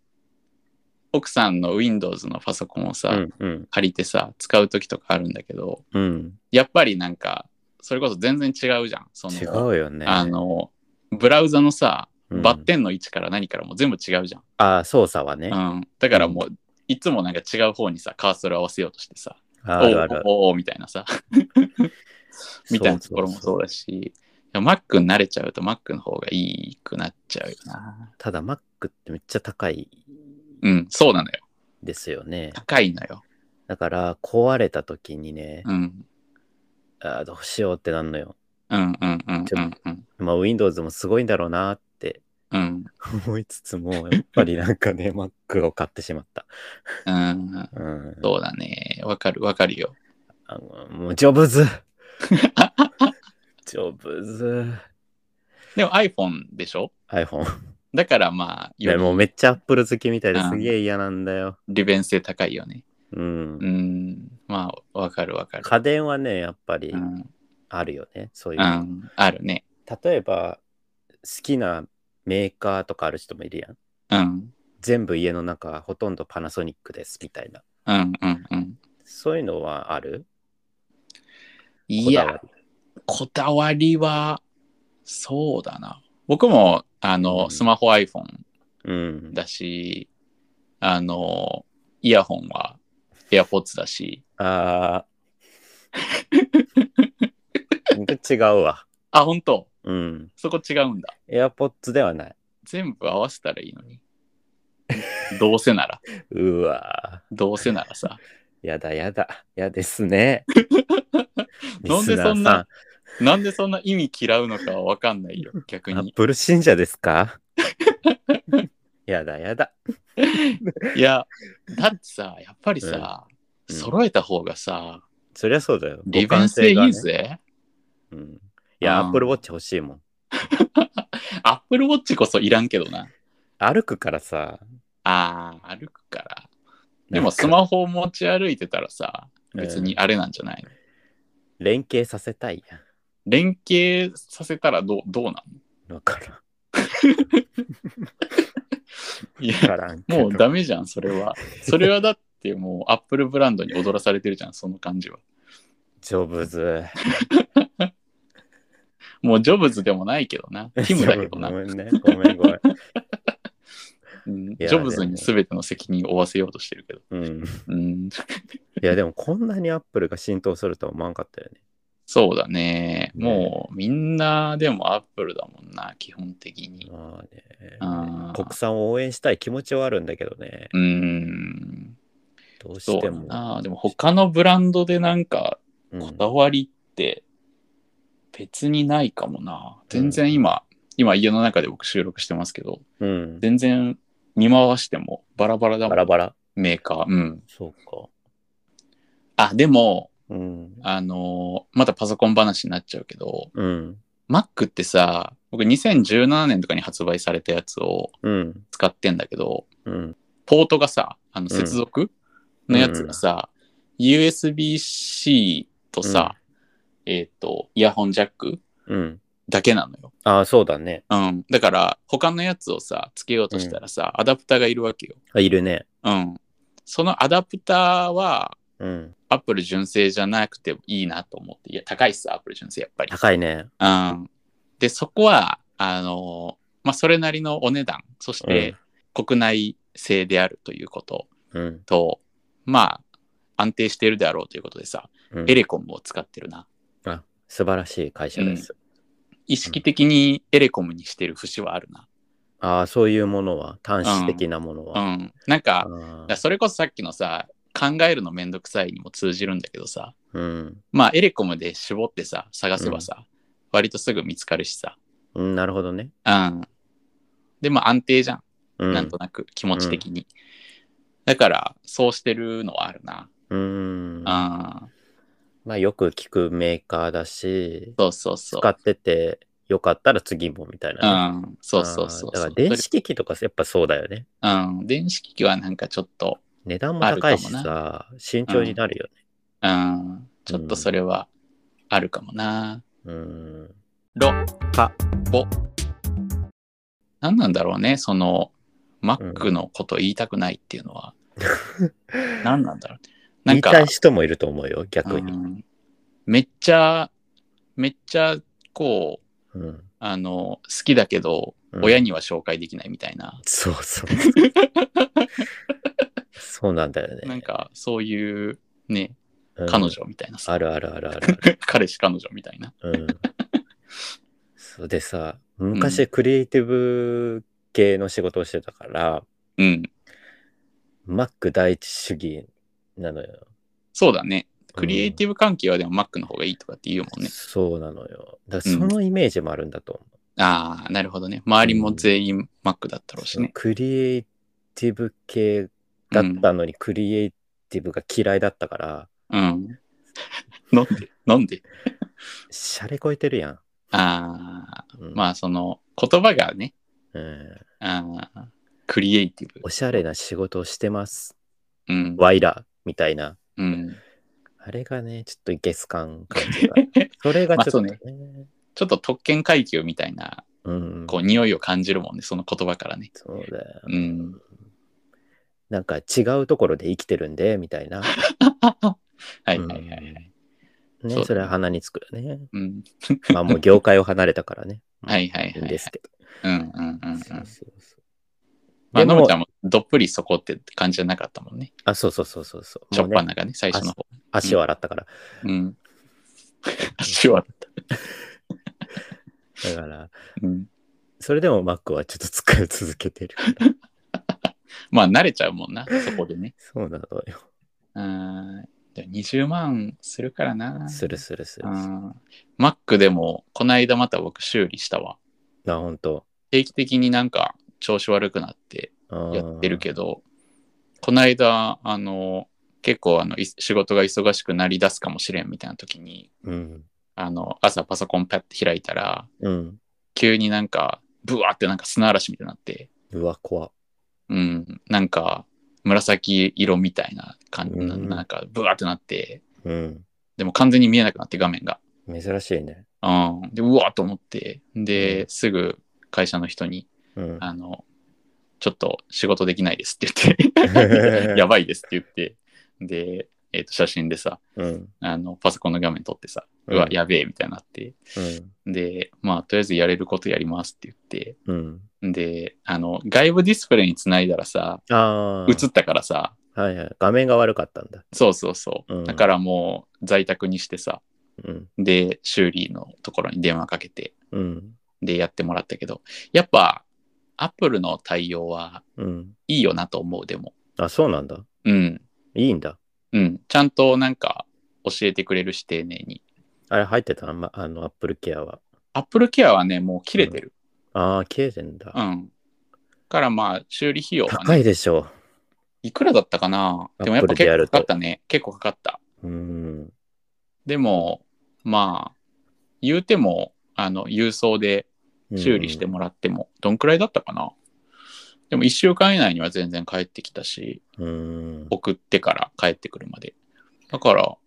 S1: 奥さんの Windows のパソコンをさ、
S2: うんうん
S1: 借りてさ、使う時とかあるんだけど、
S2: うん
S1: やっぱりなんか、それこそ全然違うじゃん。その
S2: 違うよね。
S1: あの、ブラウザのさ、
S2: うん
S1: バッテンの位置から何からも全部違うじゃん。
S2: あー操作はね。
S1: うん、だからもう、いつもなんか違う方にさ、カーソル合わせようとしてさ、
S2: ある
S1: お
S2: あ
S1: う
S2: る。
S1: おうおうみたい なさ、みたいなところもそう
S2: う。
S1: だし、いや Mac に慣れちゃうと Mac の方がいいくなっちゃうよな。
S2: ただ Mac ってめっちゃ高い
S1: うん、そうなのよ。
S2: ですよね。
S1: 高いのよ。
S2: だから壊れた時にね、
S1: うん、
S2: あーどうしようってなんのよ。
S1: うん、うん、うん、
S2: ち
S1: う
S2: ょ
S1: ん、うん、
S2: まあ Windows もすごいんだろうなーって
S1: うん、
S2: 思いつつも、やっぱりなんか ね、Mac を買ってしまった。
S1: うん、
S2: うん。
S1: そうだね。わかる、わかるよ。
S2: あのもうジョ ブズジョブズ
S1: でも iPhone でしょ
S2: iPhone。
S1: だからまあ、
S2: いや
S1: よ
S2: もうめっちゃアップル好きみたいで
S1: うん
S2: すげえ嫌なんだよ。
S1: り利便性高いよね。
S2: うん
S1: う。ん、まあ、わかるわかる。
S2: 家電はね、やっぱり
S1: うん、
S2: あるよね。そういう
S1: う
S2: の。
S1: ん、あるね。
S2: 例えば、好きなメーカーとかある人もいるやん。
S1: うん、
S2: 全部家の中ほとんどパナソニックですみたいな。
S1: うん、うん、うん。
S2: そういうのはある
S1: い
S2: こだ
S1: や
S2: わ、り
S1: こだわりは、そうだな。僕も、あ
S2: う
S1: の、
S2: ん
S1: スマホ iPhone
S2: うん。
S1: だし、あの、イヤホンは AirPods だし、
S2: あー違うわ。
S1: あ、本当
S2: うん。
S1: そこ違うんだ。
S2: AirPods ではない。
S1: 全部合わせたらいいの に。どうせなら、
S2: うわ
S1: どうせならさ。
S2: ーやだやだ。やですね。
S1: なんでそん
S2: リ
S1: ななんでそんな意味嫌うのかはわかんないよ、逆
S2: スナーさんアッ
S1: に。
S2: プル信者ですか やだやだ。
S1: いや、だってさ、やっぱりさ、
S2: うん
S1: 揃えた方がさ、
S2: そりゃそうだよ。
S1: 利便性い
S2: 互換
S1: い
S2: 性がね。
S1: ぜ。
S2: うん、いや、
S1: あー
S2: Apple Watch 欲しいもん。
S1: Apple Watch こそいらんけどな。
S2: 歩くからさ。
S1: あー、歩くから。で
S2: な
S1: も
S2: んか
S1: スマホを持ち歩いてたらさ、別にあれなんじゃないの、
S2: 連携させたいや
S1: 連携させたらどうどうなん
S2: ん。わから
S1: い
S2: ん。
S1: や、
S2: わからんけど
S1: もうダメじゃん、それは。それはだってもう Apple ブランドに踊らされてるじゃん、その感じは。
S2: ジョブズ。
S1: もうジョブズでもないけど な。ティムだけどな。
S2: ご
S1: うん
S2: めんね。ごめんごめん。
S1: ジ
S2: や
S1: ョブズに全ての責任を負わせようとしてるけど。
S2: うん。
S1: うん、
S2: いや、でもこんなに Apple が浸透するとは思わんかったよね。
S1: そうだね。
S2: ね
S1: もうみんなでもアップルだもんな、基本的に。
S2: まあね。
S1: あー
S2: 国産を応援したい気持ちはあるんだけどね。
S1: うーん。
S2: どう
S1: そ
S2: し
S1: う
S2: て
S1: だ
S2: も。
S1: な。でも他のブランドでなんか
S2: うん
S1: こだわりって別にないかもな。全然今、今家の中で僕収録してますけど、
S2: うん。
S1: 全然見回してもバラバラだも
S2: バ
S1: ん、
S2: ラバラ。
S1: メーカー。うん。
S2: そうか。
S1: あ、でも、
S2: うん。
S1: あのーまたパソコン話になっちゃうけど、
S2: うん。
S1: Mac ってさ、僕2017年とかに発売されたやつを
S2: うん。
S1: 使ってんだけど、
S2: うん。
S1: ポートがさ、あの
S2: うん
S1: 接続のやつがさ、USB-C とさ、えっ、と、イヤホンジャック
S2: うん。
S1: だけなのよ。
S2: ああ、そうだね。
S1: うん。だから、他のやつをさ、つけようとしたらさ、アダプターがいるわけよ。
S2: あいるね。
S1: うん。そのアダプターは、
S2: うん。
S1: アップル純正じゃなくてもいいなと思って。いや、高いっす、アップル純正、やっぱり。
S2: 高いね。
S1: うん。で、そこは、あのまあ、それなりのお値段、そして、国内製であるということ。
S2: うん。
S1: と、まあ、安定しているであろうということでさ、
S2: うん
S1: エレコムを使ってるな。
S2: あ素晴らしい会社です。
S1: 意識的にエレコムにしてる節はあるな。
S2: ああ、そういうものは、端子的なもの
S1: う
S2: は。
S1: ん。なんか、
S2: あ
S1: だ
S2: あ
S1: それこそさっきのさ、考えるのめんどくさいにも通じるんだけどさ、
S2: うん。
S1: まあエレコムで絞ってさ、探せばさ、割とすぐ見つかるしさ、
S2: うん、なるほどね。
S1: うん。で、まあ安定じゃん。
S2: うん。
S1: なんとなく気持ち的に。だから、そうしてるのはあるな。
S2: うん。
S1: ああ、
S2: まあ、よく聞くメーカーだし、
S1: そうそうそう。
S2: 使っててよかったら次もみたいなね。
S1: うん、そうそうそうそ
S2: あーだ
S1: う。
S2: から電子機器とかやっぱそうだよね。
S1: うん、電子機器はなんかちょっと、
S2: 値段も高いし
S1: ある
S2: さ、慎重になるよね。
S1: うん、ちょっとそれはあるかもな。
S2: うん。
S1: ろ、
S2: か、
S1: ぼ。何なんだろうね、その、Mac のこと言いたくないっていうのは。何なんだろうね。なん
S2: 言い
S1: か、
S2: たい人もいると思うよ、逆
S1: う
S2: に。
S1: んめっちゃ、めっちゃ、こう、
S2: うん。
S1: あの、好きだけど、
S2: うん
S1: 親には紹介できないみたいな、
S2: そうそう。そうなんだよね。
S1: なんかそういうね、
S2: うん
S1: 彼女みたいなさ、
S2: あるあるあるある。
S1: 彼氏彼女みたいな。
S2: うん。そうでさ、昔クリエイティブ系の仕事をしてたから、
S1: うん、
S2: マック第一主義なのよ。
S1: そうだね。クリエイティブ関係はでも Mac の方がいいとかって言うもんね。
S2: そうなのよ。だからそのイメージもあるんだと思う。
S1: ああ、なるほどね。周りも全員 Mac だったろうしね。
S2: クリエイティブ系だったのに、クリエイティブが嫌いだったから、
S1: うん。飲んで、飲んで。
S2: シャレこいてるやん。
S1: ああ、
S2: うん
S1: まあその言葉がね、
S2: うん、
S1: あークリエイティブ。
S2: おしゃれな仕事をしてます。
S1: うん。
S2: ワイラみたいな。
S1: うん、
S2: あれがね、ちょっといけすかん感 じが。それがちょっとね。
S1: ちょっと特権階級みたいな、
S2: うん、
S1: こう、匂いを感じるもんね、その言葉からね。
S2: そうだよ。
S1: うん。
S2: なんか違うところで生きてるんで、みたいな。
S1: はいはいはいはい。そうだ
S2: ね、
S1: ね
S2: それは鼻につくよね。
S1: うん。
S2: まあもう業界を離れたか らね。
S1: はいはいはい
S2: い
S1: はい
S2: んですけど。
S1: うんうんうんうん。
S2: そうそうそう
S1: まあ、
S2: で
S1: の
S2: も
S1: むちゃんもどっぷりそこって感じじゃなかったもんね。
S2: あ、そうそうそうそうそう。
S1: しょ
S2: も
S1: っ
S2: う
S1: ぱ
S2: ね、
S1: ながね、最初の方。
S2: 足を洗ったから。
S1: うん。 足は。
S2: だから、
S1: うん。
S2: それでも Mac はちょっと使い続けてる。
S1: まあ、慣れちゃうもんな、そこで ね。
S2: そうなのよ。
S1: うん。でも20万するからな。
S2: するするする
S1: う
S2: する。
S1: ん。Mac でも、こないだまた僕修理したわ。
S2: あ、ほんと。
S1: 定期的になんか調子悪くなってや
S2: や
S1: ってるけど、こないだ、あの、結構あのい仕事が忙しくなりだすかもしれんみたいな時に、
S2: ど。うん。
S1: あの、朝パソコンパッて開いたら、
S2: うん。
S1: 急になんか、ブワーってなんか砂嵐みたいになって、
S2: うわ、怖っ。
S1: うん、なんか、紫色みたいな感じ、な
S2: うん
S1: なんか、ブワーってなって、
S2: うん。
S1: でも完全に見えなくなって画面が。
S2: 珍しいね。
S1: うん。で、うわーと思って、で、すぐ会社の人に、
S2: うん。
S1: あの、ちょっと仕事できないですって言 って、やばいですって言って、で、えっ、と、写真でさ、
S2: うん。
S1: あの、パソコンの画面撮ってさ、
S2: うん
S1: うわ、やべえみたいになって、
S2: うん。
S1: で、まあ、とりあえずやれることやりますって言
S2: うん。
S1: って、で、あの、外部ディスプレイにつないだらさ、
S2: ああ。
S1: 映ったからさ、
S2: はいはい。画面が悪かったんだ。
S1: そうそうそう、
S2: うん
S1: だからもう在宅にしてさ、
S2: うん。
S1: で、修理のところに電話かけて、
S2: うん。
S1: で、やってもらったけど、やっぱ、アップルの対応は
S2: うん。
S1: いいよなと思う、でも。
S2: あ、そうなんだ。
S1: うん、
S2: いいんだ。
S1: うん、ちゃんとなんか教えてくれるし、丁寧に。
S2: あれ入ってたあんま、あの、アップルケアは。
S1: アップルケアはね、もう切れてる。
S2: ああ、消えてんだ。
S1: うん。からまあ、修理費用は
S2: 高
S1: ね、
S2: いでしょ
S1: いくらだったかなでもやっぱ
S2: Apple で
S1: 結
S2: や
S1: 構
S2: る
S1: かか
S2: と
S1: ったね。結構かかった。
S2: う。うん。
S1: でも、まあ、言うても、あの、郵送で修理してもらっても、どんくらいだったかな。でも、1週間以内には全然帰ってきたし、
S2: うん。
S1: 送ってから帰ってくるまで。だから、そ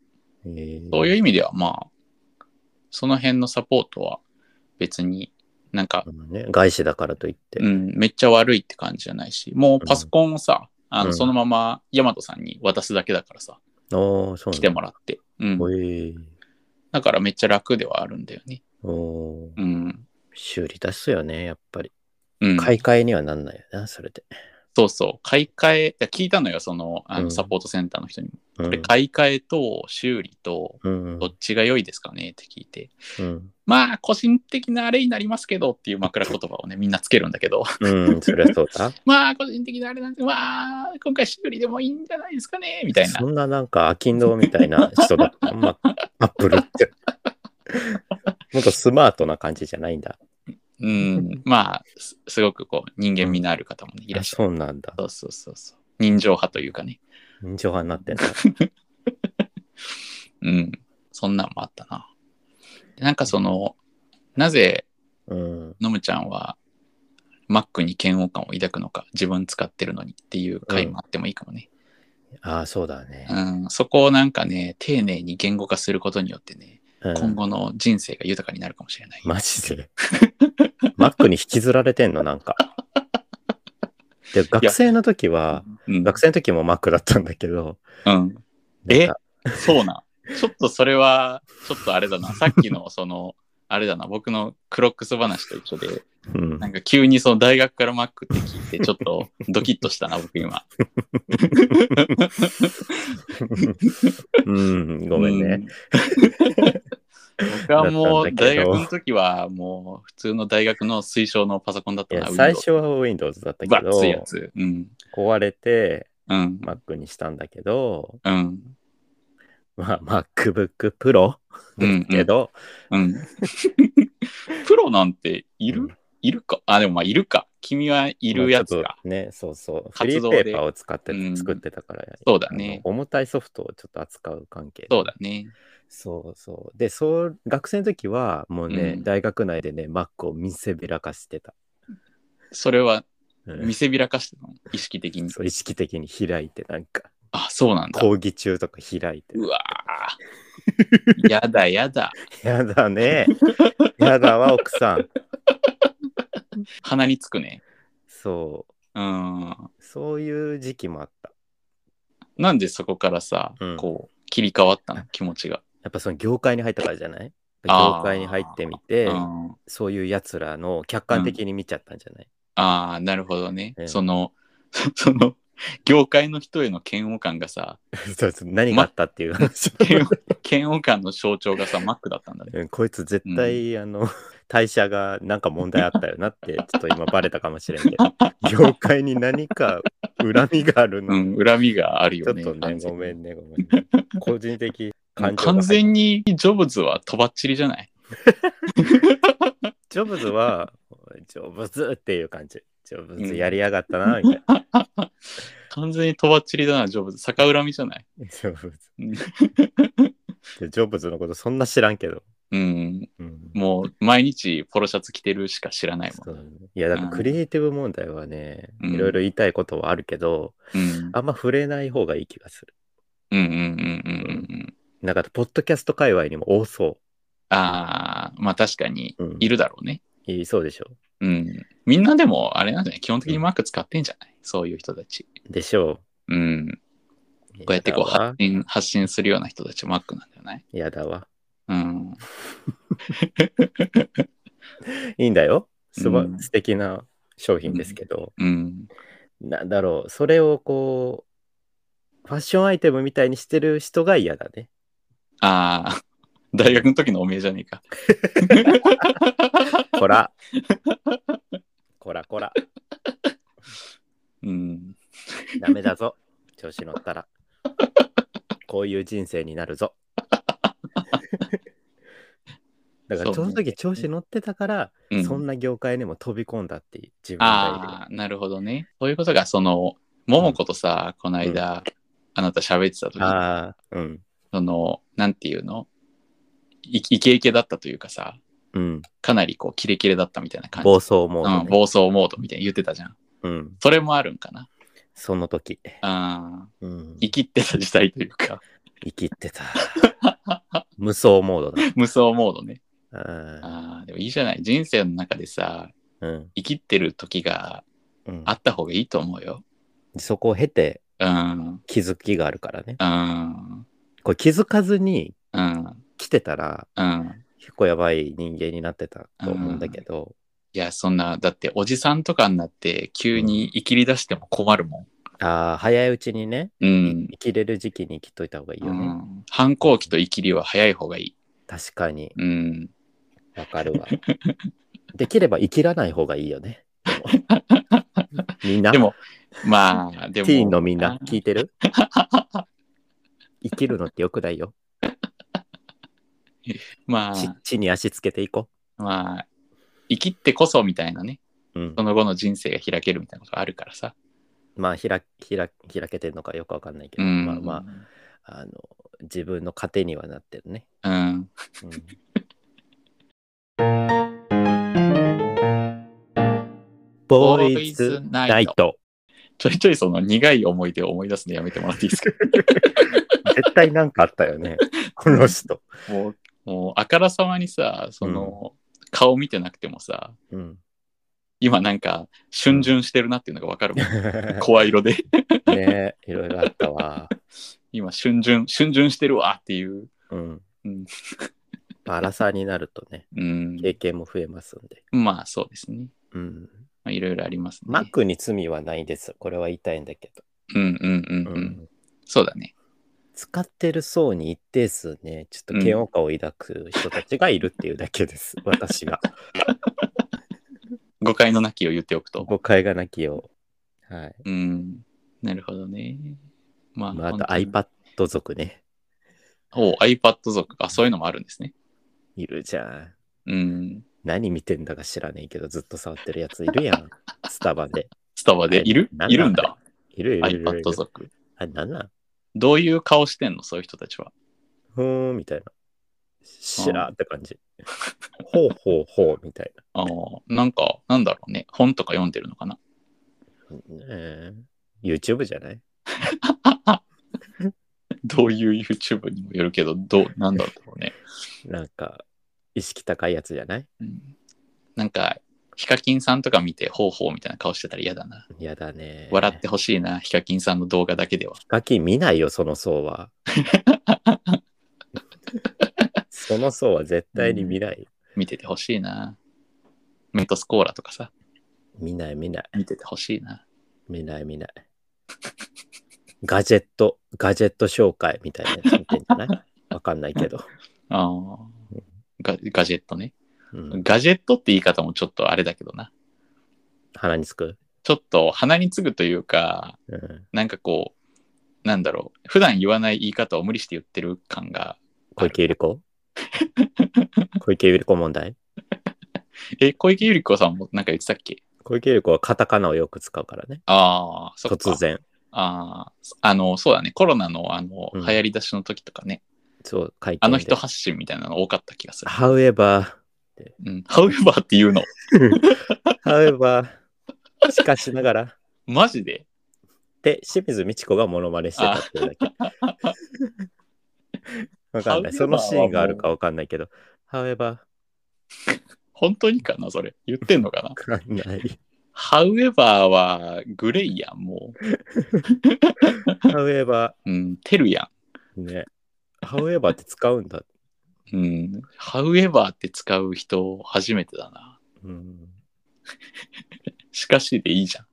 S1: ういう
S2: う
S1: 意味では、まあ、その辺のサポートは別になんか、
S2: ん。ね、外資だからといって。
S1: うん、めっちゃ悪いって感じじゃないし、もうパソコンをさ、あ
S2: う
S1: の
S2: ん
S1: そのままヤマトさんに渡すだけだからさ、
S2: おーそうなんだ。
S1: 来てもらって。うん。
S2: おい
S1: だからめっちゃ楽ではあるんだよね。
S2: おー
S1: うん。
S2: 修理出すよね、やっぱり。
S1: うん。
S2: 買い替えにはなんないよな、それで。
S1: そうそう、買い替え、いや聞いたのよ、その、あ
S2: う
S1: の
S2: ん
S1: サポートセンターの人にも。
S2: う
S1: これ
S2: ん。
S1: 買い替えと修理と、
S2: うん
S1: どっちが良いですかねって聞いて。
S2: うん。
S1: まあ、個人的なあれになりますけどっていう枕言葉をね、みんなつけるんだけど、
S2: うん。そりゃそうだ。
S1: まあ、個人的なあれなんですけど、まあ、今回修理でもいいんじゃないですかねみたいな
S2: そ。んななんか、アキンドみたいな人だった。まあ、アップルって。もっとスマートな感じじゃないんだ。
S1: うん、まあ、すすごくこう、人間味のある方もね、いらっしゃる。
S2: そうなんだ。
S1: そうそうそうそう。人情派というかね。
S2: 人情派になってんだ。
S1: うん。そんなんもあったな。なんかその、なぜ、
S2: うん。
S1: のむちゃんは、Mac に嫌悪感を抱くのか、自分使ってるのにっていう回もあってもいいかもね。
S2: ああ、そうだね
S1: う。ん、そこをなんかね、丁寧に言語化することによってね、
S2: うん
S1: 今後の人生が豊かになるかもしれない。
S2: マジで。マックに引きずられてんの、なんか。で、学生の時は、
S1: うん、
S2: 学生の時もマックだったんだけど、
S1: うん、
S2: な
S1: え
S2: んか
S1: そうなん。ちょっとそれは、ちょっとあれだ な、さっきのその、あれだな、僕のクロックス話と一緒で、
S2: うん
S1: なんか急にその大学から Mac って聞いて、ちょっとドキッとした な、僕今。
S2: うん、ごめんね。
S1: うん。僕はも
S2: だ
S1: う
S2: った
S1: ん
S2: だけ
S1: 大
S2: ど
S1: 学の時はもう普通の大学の推奨のパソコンだっ
S2: い
S1: た
S2: や
S1: な。
S2: 最初は Windows だった
S1: Windows
S2: け
S1: バッツいや
S2: ど、
S1: つ。うん。
S2: 壊れて
S1: うん。
S2: Mac にしたんだけど、
S1: うん。
S2: まあ、MacBook Pro
S1: うん。
S2: けど、
S1: うん。プロなんている、
S2: うん
S1: いるか。あ、でもまあいるか。君はいるやつ
S2: まあ
S1: か。
S2: ちょっとね、そうそう。フリ
S1: 活動
S2: ー
S1: で
S2: ペーパーを使って
S1: うん
S2: 作ってたから、
S1: そうだね
S2: あの重たいソフトをちょっと扱う関係で
S1: そうだね。
S2: そうそう。で、そう、学生の時は、もうね、
S1: うん
S2: 大学内でね、Mac を見せびらかしてた。
S1: それは
S2: うん
S1: 見せびらかしてたの。意識的に。
S2: そう意識的に開いて、なんか、
S1: あ、そうなんだ。
S2: 講義中とか開いて。
S1: うわーやだやだ。
S2: やだね。やだわ、奥さん。
S1: 鼻につくね。
S2: そ
S1: うん。
S2: う。そういう時期もあった。
S1: なんでそこからさ、
S2: うん
S1: こう、切り替わったの気持ちが。
S2: やっぱその業界に入ったからじゃない
S1: あー
S2: 業界に入ってみて、
S1: うん
S2: そういうやつらの客観的に見ちゃったんじゃない、
S1: ああ、なるほどね。
S2: うん
S1: その、 その、業界の人への嫌悪感がさ、
S2: そうそう何があったっていう話。
S1: 嫌悪嫌悪感の象徴がさ、マックだったんだね。
S2: うんこいつ絶対、あの、 代謝がなんか問題あったよなって、ちょっと今バレたかもしれんけど、業界に何か恨みがある
S1: う
S2: の。
S1: ん、恨みがある
S2: ちょ
S1: よ
S2: っ
S1: ね。
S2: とね、
S1: 完全
S2: ご
S1: に
S2: めんね、ごめんね。個人的
S1: もう
S2: 感情が入
S1: 完
S2: っ
S1: 全にジョブズはとばっちりじゃない
S2: ジョブズは、ジョブズっていう感じ。ジョブズやりやがったな、みたいな。
S1: 完全にとばっちりだな、ジョブズ。逆恨みじゃない
S2: ジョブズ
S1: うん。
S2: でジョブズのことそんな知らんけど。
S1: うん。
S2: うん
S1: もう毎日ポロシャツ着てるしか知らないも
S2: そ
S1: ん。
S2: ういや、だからクリエイティブ問題はね、
S1: うん
S2: いろいろ言いたいことはあるけど、
S1: うん。
S2: あんま触れない方がいい気がする。
S1: うんうんうんうんうんうん。
S2: なんか、ポッドキャスト界隈にも多そ
S1: ああ、まあ確かに
S2: う。うん
S1: いるだろうね。
S2: いそうでしょ。
S1: うん。みんなでもあれなんじゃない基本的にマック使ってんじゃないそういう人たち。
S2: でしょ
S1: うん。
S2: う。
S1: こうやってこう
S2: やだ
S1: 発
S2: わ
S1: 信、発信するような人たちマックなんじゃない
S2: やだわ。
S1: うん。
S2: いいんだよ。すば、
S1: うん
S2: 素敵な商品ですけど、
S1: うん。
S2: なんだろう。それをこう、ファッションアイテムみたいにしてる人が嫌だね。
S1: ああ、大学の時のおめえじゃねえか。
S2: こ ら。こらこら。
S1: うん。
S2: ダメだぞ。調子乗ったら。こういう人生になるぞ。だから
S1: そ
S2: そう
S1: ね
S2: の時調子乗ってたから、
S1: うん
S2: そんな業界にも飛び込んだっていう自分が
S1: ああ、なるほどね。そういうことが、その、ももことさ、この間、あなた喋ってた
S2: い
S1: 時
S2: る。ああ、うん。
S1: その、なんていうのいイケイケだったというかさ、
S2: うん。
S1: かなりこう、キレキレだったみたいな感じ。
S2: 暴走モ
S1: う
S2: ー
S1: ん、
S2: ド、ね
S1: 暴走モードみたいに言ってたじゃん。
S2: うん。
S1: それもあるんかな。
S2: その時。
S1: ああ、
S2: うん。
S1: 生きってた時代というか、
S2: 生きってた。 無双モード
S1: 無双モードね。
S2: だ。
S1: ああ、でもいいじゃない。人生の中でさ、
S2: うん。
S1: 生きってる時が
S2: うん
S1: あ。った方がいいと思うよ。
S2: そこを経て
S1: うん、
S2: 気づきがあるからね。
S1: うん、
S2: これ気づかずに
S1: うん、
S2: 来てたら、
S1: うん。
S2: 結構やばい人間になってたと思うんだけど、
S1: いや、そんな、だっておじさんとかになって急に生きり出しても困るも
S2: ああ、早いうちにね、
S1: ん。うん。
S2: 生きれる時期に生きといた方がいいよね。
S1: うん反抗期と生きりは早い方がいい。
S2: 確かに、
S1: うん。
S2: わかるわ。できれば生きらない方がいいよね。でもみんな、
S1: でも、ま あ、で
S2: テ
S1: も。
S2: ィーンのみんな、聞い てる生きるのってよくないよ。
S1: ま
S2: 地
S1: あ、
S2: 地に足つけていこ
S1: まあ、生きってこそみたいなね、
S2: う。うん
S1: そ、の後の人生が開けるみたいなことあるからさ。
S2: まあ開開開けてるのかよくわかんないけ
S1: う
S2: ど、
S1: ん。
S2: まあまああの自分の糧にはなってるね。
S1: あ。うん。
S2: うんボーイズナイト。
S1: ちょいちょいその苦い思い出を思い出すのやめてもらっていい ですか
S2: 絶対なんかあった よね。この人。
S1: もう、もうあからさまにさ、その、顔見てなくてもさ、
S2: うん。
S1: 今なんか、逡巡してるなっていうのがわかるもん。 声色で。
S2: ねいろいろあったわ。
S1: 今、逡巡、逡巡してるわっていう。
S2: うん
S1: うん。
S2: バラサーになるとね、
S1: うん。
S2: 経験も増えますんで。
S1: まあ、そうですね。
S2: うん。
S1: まあいろいろありますね。
S2: マックに罪はないです。これは言いたいんだけ
S1: うんうんうん
S2: ど。
S1: う。
S2: うんん。
S1: そうだね。
S2: 使ってる層に一定数ね、ちょっと嫌悪感を抱く人たちがいるっていうだけ です。私が。
S1: 誤解のなきを言っておくと。
S2: 誤解がなきよう。はい。
S1: うん。なるほどね。まあ、
S2: まあ、あと
S1: 本当に
S2: iPad 族ね。
S1: おう iPad 族か。そういうのもあるんですね。
S2: いるじゃん。
S1: うん。
S2: 何見てんだか知らねえけど、ずっと触ってるやついる やん。スタバで。
S1: スタバでいる
S2: なんだ
S1: いるんだ。
S2: いるいるいるいる。
S1: iPad 族。
S2: あ、なんなん
S1: どういう顔してんのそういう人たちは。
S2: ふーん、みたいな。しらーって感じ。ほうほうほう、みたい
S1: あーなんか、なんだろうね。本とか読んでるのかな。
S2: な。ねえ YouTube じゃない
S1: どういう YouTube にもよるけど、どう、なんだろうね。
S2: なんか、意識高いやつじゃない
S1: うん、なんか、ヒカキンさんとか見て、ほうほうみたいな顔してたら嫌だな。
S2: やだね。
S1: 笑ってほしいな、ヒカキンさんの動画だけでは。
S2: ガキ見ないよ、その層 は。その層は絶対に見ない。
S1: 見ててほしいな。メントスコーラとかさ、
S2: 見ない、見ない、
S1: 見ててほしいな。
S2: 見ない、見ない。ガジェット、ガジェット紹介みたいなやつ見てんじゃないわかんないけど。
S1: あーガガジェットね。
S2: うん、
S1: ガジェットって言い方もちょっとあれだけどな。
S2: 鼻につく、
S1: ちょっと鼻につぐというか、
S2: うん、
S1: なんかこう、なんだろう、普段言わない言い方を無理して言ってる感が、
S2: 小池 百合子小池百合子問題
S1: え、小池百合子さんもなんか言ってたっけ
S2: 小池百合子はカタカナをよく使うからね。
S1: ああ、そっか
S2: 突。然。
S1: ああ、あの、そうだね、コロナのあの、
S2: うん
S1: 流行り出しの時とかね、
S2: そう、書いて
S1: あの人発信みたいなの多かった気がする。
S2: However,
S1: うん、However っていうの、
S2: however, しかしながら。
S1: マジで
S2: で、清水美智子がモノマネしてたっていうだけ。 わかんない。
S1: However
S2: そのシーンがあるかわかんないけど。However,
S1: 本当にかなそれ。言ってんのかな
S2: わかんない。
S1: ?However はグレイやん、も
S2: However,
S1: う。うん、テルや
S2: ね。However って使うんだ。
S1: ん。うん、However って使う人初めてだな。
S2: うん、
S1: しかしでいい じゃん。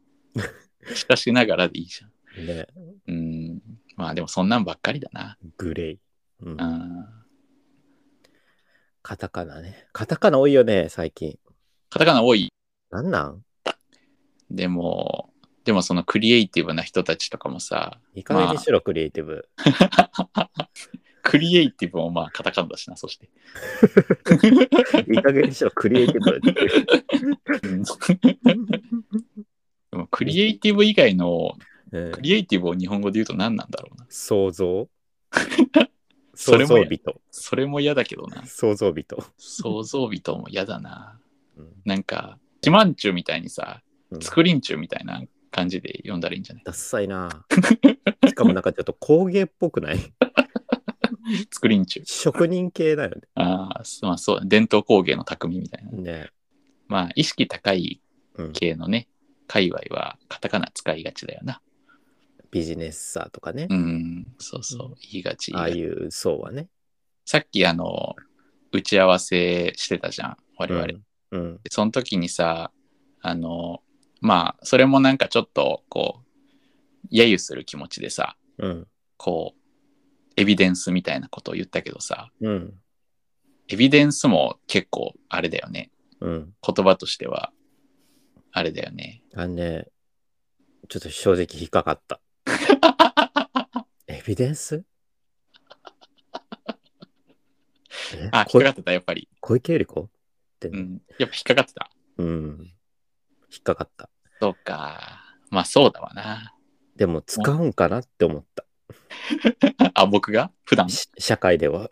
S1: しかしながらでいいじゃん。
S2: ね。
S1: うん。まあでもそんなんばっかりだな。
S2: グレイ。うん
S1: うん。
S2: カタカナね。カタカナ多いよね、最近。
S1: カタカナ多い。
S2: なんなん
S1: でも、でもそのクリエイティブな人たちとかもさ、
S2: いかがにしろ、クリエイティブ。
S1: クリエイティブもまあカタカナだしな、そ して。
S2: いかげにしろ、クリエイティブっていう。
S1: うん でもクリエイティブ以外の、
S2: うん
S1: クリエイティブを日本語で言うと何なんだろうな。
S2: 想像
S1: それ
S2: 想
S1: も
S2: 像
S1: や
S2: 人。
S1: それも嫌だけどな。
S2: 想像人。
S1: 想像人も嫌だな。
S2: うん
S1: なんか、自慢中みたいにさ
S2: う、ん
S1: 作りん中みたいな感じで読んだらいいんじゃない
S2: ダッサいな。しかもなんかちょっと工芸っぽくない
S1: 作りん中。
S2: 職人系だよね。
S1: ああ、すまあそう、伝統工芸の匠みたいな。
S2: ね
S1: まあ、意識高い
S2: うん、
S1: 系のね、界隈はカタカナ使いがちだよな。
S2: ビジネスさとかね
S1: う。ん、そうそう、言いがち。
S2: ああいう層はね。
S1: さっき、あの、打ち合わせしてたじゃん、我々。
S2: うんうん。
S1: でその時にさあのまあそれもなんかちょっとこう揶揄する気持ちでさ
S2: うん。
S1: こうエビデンスみたいなことを言ったけどさ
S2: うん。
S1: エビデンスも結構あれだよね
S2: うん。
S1: 言葉としてはあれだよ ね
S2: あのね、ちょっと正直引っかかった。エビデンスえ
S1: あ引
S2: こ
S1: っかかってたやっぱり、
S2: 小池百合子
S1: うん、やっぱ引っかかってた
S2: うん。引っかかった。
S1: そうかまあそうだわな
S2: でも使うんかなって思った。
S1: あ僕が普段
S2: し社会では。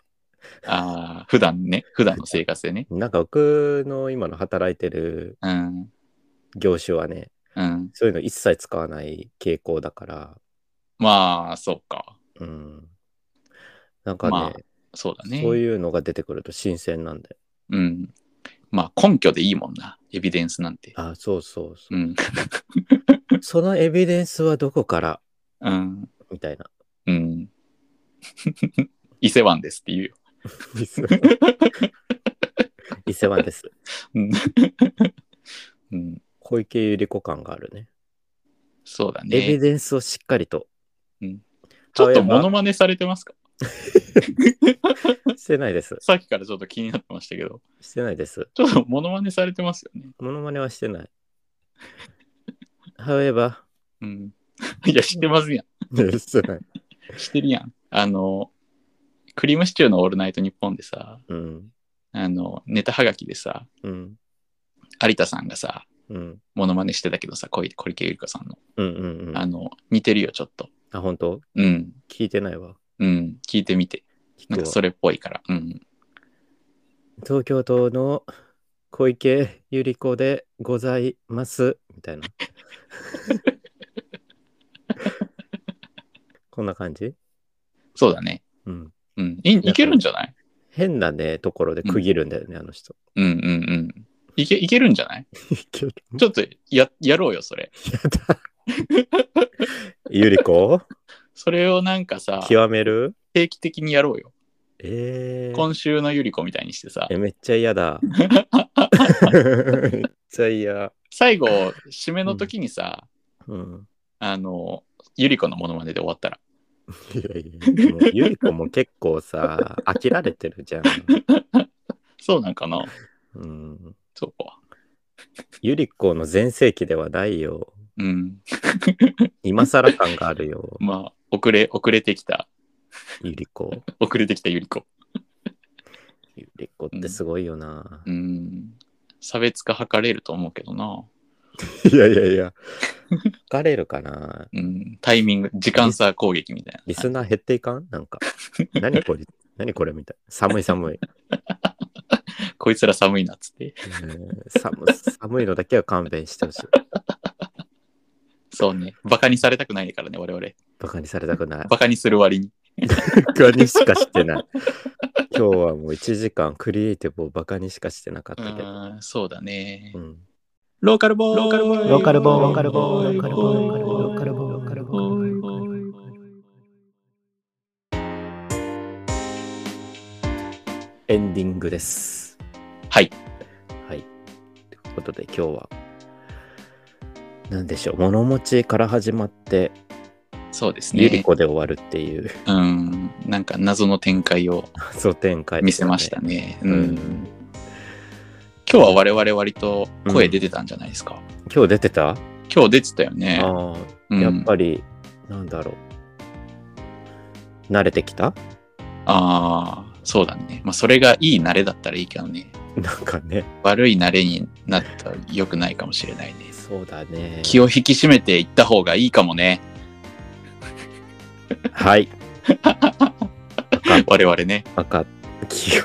S1: あー普段ね普段の生活でね
S2: なんか僕の今の働いてる
S1: うん
S2: 業種はね、
S1: うん
S2: そういうの一切使わない傾向だから、
S1: まあそうか
S2: うん。なんかね、
S1: まあそうだね
S2: そういうのが出てくると新鮮なんだよ。
S1: うん。まあ根拠でいいもんな、エビデンスなんて。
S2: あ、そうそうそう
S1: うん。
S2: そのエビデンスはどこから
S1: うん。
S2: みたいな。
S1: うん。 伊勢湾ですって言うよ。
S2: 伊勢湾です。
S1: うん。うん、
S2: 小池百合子感があるね
S1: そうだ
S2: エビ
S1: ね。
S2: デンスをしっかりと。
S1: うんちょっとモノマネされてますか
S2: ネしてないです。
S1: さっきからちょっと気になってましたけど、
S2: してないです。
S1: ちょっとモノマネされてますよね。
S2: モノマネはしてない。However,
S1: うん。 いや、知ってますや
S2: してない。
S1: ん。知ってるやん。あの、クリームシチューのオールナイトニッポンでさ、
S2: うん。
S1: あの、ネタはがきでさ、
S2: うん。
S1: 有田さんがさ、
S2: うん。
S1: モノマネしてたけどさ、小池小池百合子さんの。
S2: うんうんうん。
S1: あ
S2: あ、
S1: の、似てるよ、ちょっと。
S2: 本当
S1: うん。
S2: 聞いてないわ。
S1: うん、聞いてみて。
S2: 聞
S1: なん
S2: く
S1: か
S2: わ
S1: それっぽいから。うん。
S2: 東京都の小池百合子でございます。み たいな。こんな感じ
S1: そうだね。
S2: うん。
S1: うん。いいけるんじゃない
S2: 変なね、ところで区切るんだよね、あの人。
S1: うんうんうん。いけ、いけるんじゃない
S2: いける
S1: ちょっとや、やろうよ、それ。
S2: やだ。ゆり 子
S1: それをなんかさ、
S2: 極める
S1: 定期的にやろうよ。
S2: えー
S1: 今週のゆり子みたいにしてさ
S2: え、、めっちゃ 嫌だ。めっちゃ嫌。
S1: 最後、締めの時にさ、
S2: うん。
S1: あの、ゆり子のモノマネで終わったら。
S2: いやいやもうゆり子も結構さ、飽きられてるじゃん。
S1: そうなんかな
S2: うん。
S1: そうか。
S2: ゆり子の全盛期ではないよ。
S1: うん。
S2: 今更感があるよ、
S1: まあ、遅れ、遅れてきた、
S2: ゆり子。
S1: 遅れてきたゆり子。
S2: ゆり子ってすごいよな
S1: う。ん。差別化図れると思うけどな。
S2: いやいやいや。疲れるかな
S1: うん。タイミング、時間差攻撃みたいな。
S2: リスナー減っていかんなんか。何これ何これみたいな。寒い寒い。
S1: こいつら寒いなっつって。
S2: うん寒寒いのだけは勘弁してほしい。
S1: そうね。バカにされたくないからね、我々。
S2: バカにされたくない。
S1: バカにする割に。
S2: バカにしかしてない。今日はもう1時間クリエイティブをバカにしかしてなかっ
S1: う
S2: たけど。
S1: ん、そうだね
S2: う。ん、
S1: ローカルボーイローカルボー
S3: イ
S1: ローカルボーイ
S3: ローカルボーイ
S1: ローカルボーイ
S3: ローカルボーイ
S1: ローカルボーイローカルボーイ
S2: エンディングです。
S1: はい。
S2: はい。ということで今日は、なんでしょう、物持ちから始まって、
S1: そうです
S2: ゆり
S1: ね。
S2: 子で終わるっていう
S1: うん。なんか謎の展開を
S2: 謎展開、
S1: 見せました。ね。う
S2: うんん。
S1: 今日は我々割と声出てたんじゃないですか。
S2: 今日出てた、
S1: 今日出てたよね。
S2: ああ、
S1: うん
S2: やっぱり、なんだろう。慣れてきた
S1: ああ、そうだね。まあ、それがいい慣れだったらいいけどね。
S2: なんかね、
S1: 悪い慣れになったら良くないかもしれないね。
S2: そうだね。
S1: 気を引き締めていった方がいいかもね。
S2: はい。
S1: 我々ね。
S2: わかっ 気を、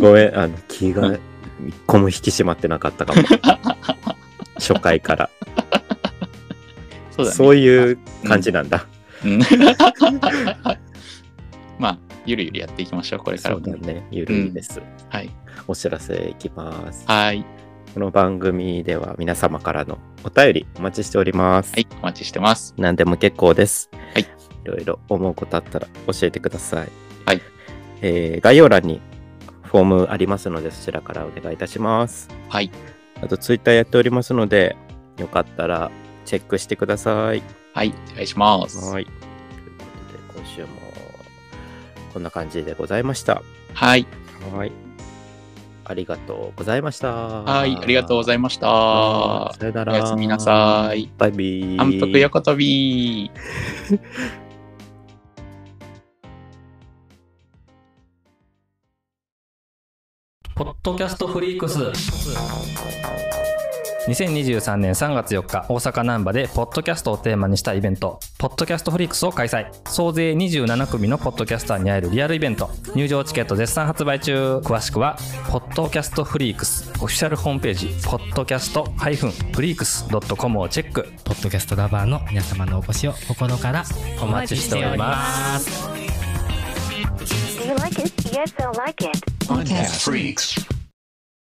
S2: ごめん、あの、気
S1: う
S2: が一個も引き締まってなかったかも。 初回から。
S1: そうだね。
S2: そういう感じなんだ。
S1: うん。 まあ、ゆるゆるやっていきましょう、これから
S2: そう
S1: も。
S2: だね。ゆるいです。
S1: はい。
S2: お知らせいきます。
S1: はい。
S2: この番組では皆様からのお便りお待ちしております。
S1: はい。お待ちしてます。
S2: 何でも結構です。
S1: はい
S2: いろいろ思うことあったら教えてください。
S1: はい。
S2: えー概要欄にフォームありますので、そちらからお願いいたします。
S1: はい。
S2: あと、ツイッターやっておりますので、よかったらチェックしてください。
S1: はい、お願いします。
S2: はい。ということで、今週もこんな感じでございました。
S1: はい、
S2: はい。ありがとうございました。
S1: はい、ありがとうござ
S2: い
S1: いました。
S2: ま
S1: お
S2: す。さよなら。
S1: やすみなさい。
S2: バイビー。
S1: 反復横跳び。
S3: ポッドキャストフリークス2023年3月4日大阪難波でポッドキャストをテーマにしたイベント「ポッドキャストフリークス」を開催総勢27組のポッドキャスターに会えるリアルイベント入場チケット絶賛発売中詳しくは「ポッドキャストフリークス」オフィシャルホームページ「ポッドキャスト -freaks.com」をチェック
S4: ポッドキャストラバーの皆様のお越しを心から
S3: お
S4: お
S3: 待
S4: 待
S3: ち
S4: ち
S3: し
S4: してて
S3: お
S4: お
S3: り
S4: り
S3: ま
S4: ますす。
S5: Do you like it? Yes, I like it.
S6: Podcast Freaks.